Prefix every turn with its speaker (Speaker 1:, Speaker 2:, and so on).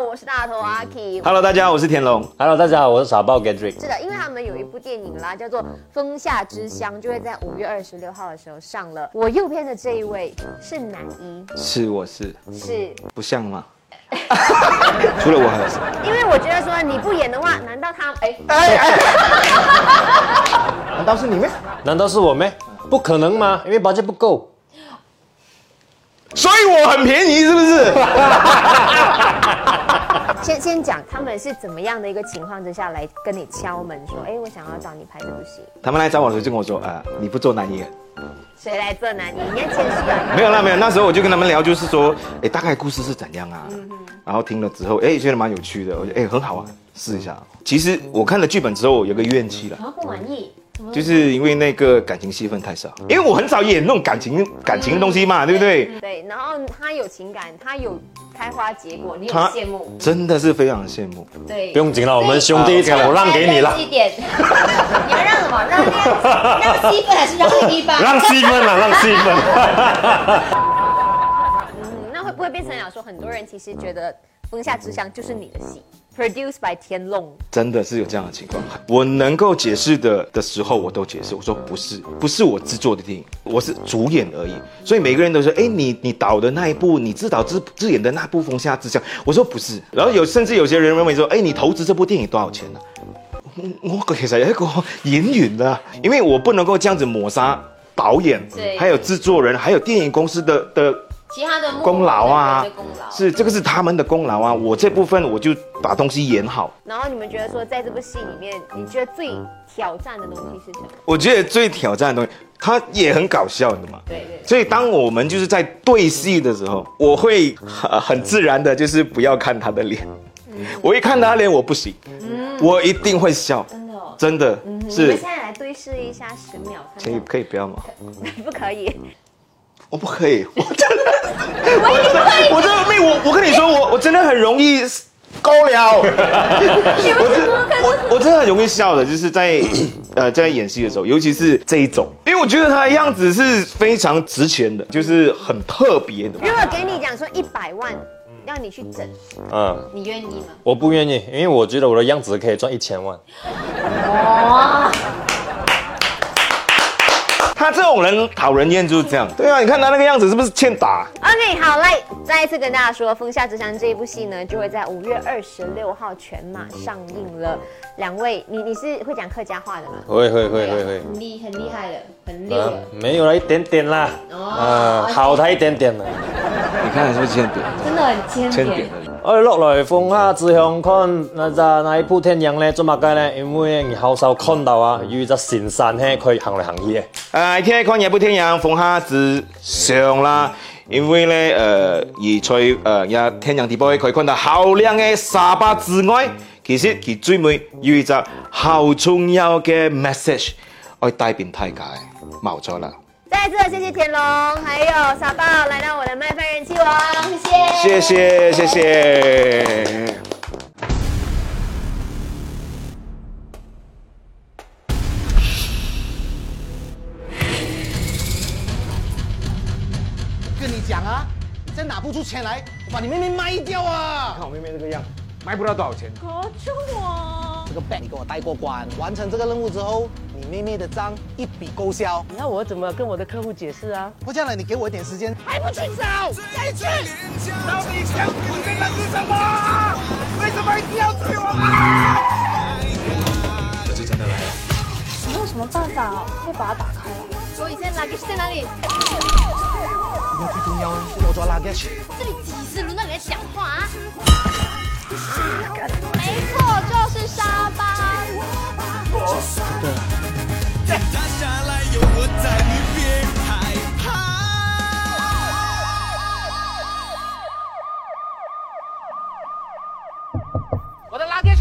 Speaker 1: 我是大头阿 K。
Speaker 2: Hello，大家好，我是田龙。
Speaker 3: Hello，大家好，我是傻豹 Gadrick。
Speaker 1: 是的，因为他们有一部电影啦，叫做《风下之乡》，就会在五月二十六号的时候上了。我右边的这一位是男一，
Speaker 2: 是，我是，
Speaker 1: 是
Speaker 2: 不像 吗？除了我还有谁？
Speaker 1: 因为我觉得说你不演的话，难道他 哎？
Speaker 2: 难道是你们？
Speaker 3: 难道是我咩？不可能吗？因为 budget 不够。
Speaker 2: 所以我很便宜，是不 是？
Speaker 1: 先先讲他们是怎么样的一个情况之下来跟你敲门说，哎，我想要找你拍这部戏，
Speaker 2: 他们来找我的时候就跟我说，啊、你不做男演员。
Speaker 1: 谁来做男一？你要谦虚啊。
Speaker 2: 没有啦，没有。那时候我就跟他们聊，就是说，哎，大概故事是怎样啊？然后听了之后，哎，觉得蛮有趣的，我觉得哎很好啊，试一下。其实我看了剧本之后，我有个怨气了，
Speaker 1: 然后不满意，
Speaker 2: 就是因为那个感情戏份太少，因为我很少演那种感情感情的东西嘛，对不对？
Speaker 1: 对，然后他有情感，他有开花结果，你有
Speaker 2: 他
Speaker 1: 羡慕，
Speaker 2: 真的是非常羡慕，
Speaker 1: 对，
Speaker 3: 嗯不用紧了，我们兄弟一场我让给你了，
Speaker 4: 一点， 你要让什么？让让让西分还是让一吧？
Speaker 3: 让戏份了，让戏份。
Speaker 1: 嗯，那会不会变成讲说，很多人其实觉得《风下之乡》就是你的戏，produced by 天龙，
Speaker 2: 真的是有这样的情况。我能够解释的的时候，我都解释，我说不是，不是我制作的电影，我是主演而已。所以每个人都说，哎，你你导的那一部，你自导自自演的那部《风下之乡》，我说不是。然后有甚至有些人认为说，哎，你投资这部电影多少钱呢、啊我我其實有一個演員的，因為我不能夠這樣子抹殺導演，
Speaker 4: 對
Speaker 2: 還有製作人，還有電影公司的的
Speaker 4: 其他的
Speaker 2: 功劳啊
Speaker 4: 功劳，
Speaker 2: 是這個是他們的功劳啊。我這部分我就把東西演好。
Speaker 1: 然后你们觉得说，在这部戏里面，你觉得最挑战的东西是什么？
Speaker 2: 我觉得最挑战的東西，它也很搞笑，你懂嗎？
Speaker 4: 对对。
Speaker 2: 所以当我們就是在對戲的時候，我會很很自然的，就是不要看他的臉。我一看他的臉，我不行，我一定會笑，
Speaker 4: 真的哦
Speaker 2: 真的
Speaker 1: 我们
Speaker 2: 是
Speaker 1: 现。在来对视一下十秒，
Speaker 2: 可
Speaker 1: 看
Speaker 2: 以
Speaker 1: 看
Speaker 2: 可以不要吗？
Speaker 1: 不可以？
Speaker 2: 我不可以，我真的，我真的没我我跟你说，我我真的很容易高了，我真我我真的很容易笑的，就是在 呃在演戏的时候，尤其是这一种，因为我觉得他的样子是非常值钱的，就是很特别的。
Speaker 1: 如果给你讲说一百万，让你去整，
Speaker 3: 嗯，
Speaker 4: 你愿意吗？
Speaker 3: 我不愿意，因为我觉得我的样子可以赚一千万。
Speaker 2: 他这种人讨人厌就是这样。对啊，你看他那个样子是不是欠打？
Speaker 1: OK，好，来再一次跟大家说，《风下之乡》这一部戏呢，就会在五月二十六号全马上映了。两位，你你是会讲客家话的吗？
Speaker 3: 会会会会会。
Speaker 4: 你很厉害的，很溜
Speaker 3: 啊
Speaker 4: 了，，
Speaker 3: 没有了一点点啦，
Speaker 4: 哦
Speaker 3: 啊，好他一点点了。
Speaker 2: 你看是不是欠点？
Speaker 4: 真的很坚定。
Speaker 3: 我哋哎落嚟放下之向看那只那一鋪天陽咧做乜嘅咧？因為咧後手看到啊，遇只善散咧，佢行嚟行去嘅。
Speaker 2: 誒天一呃看也不天陽，逢蝦子上啦。因為咧誒、呃而除誒、呃、一天陽地波佢看到好靚嘅沙巴之外，其實佢最尾有一隻好重要嘅 message，我帶俾大家嘅，冇錯啦。
Speaker 1: 在这谢谢田龙，还有傻豹来到我的麦饭人气王，谢谢。
Speaker 2: 謝謝謝謝。
Speaker 5: 跟你讲啊，你再拿不出钱来，我把你妹妹卖掉啊！
Speaker 2: 看我妹妹这个样，卖不到多少钱。
Speaker 5: 这个 bag 你给我带过关，完成这个任务之后，你妹妹的账一笔勾销。
Speaker 6: 那我怎么跟我的客户解释啊？
Speaker 5: 我将来你给我一点时间，还不去找，再去。
Speaker 7: 到底想我的人是什么？为什么一定要追我啊？
Speaker 8: 没有什么办法会把它打开了。
Speaker 4: 所以现在 luggage 在哪里？
Speaker 5: 那最重要的是我抓 luggage。
Speaker 4: 这里几时轮到你来讲话啊？没错，就是沙巴。
Speaker 7: 他下来有我在，你别害怕。
Speaker 5: 我的 luggage。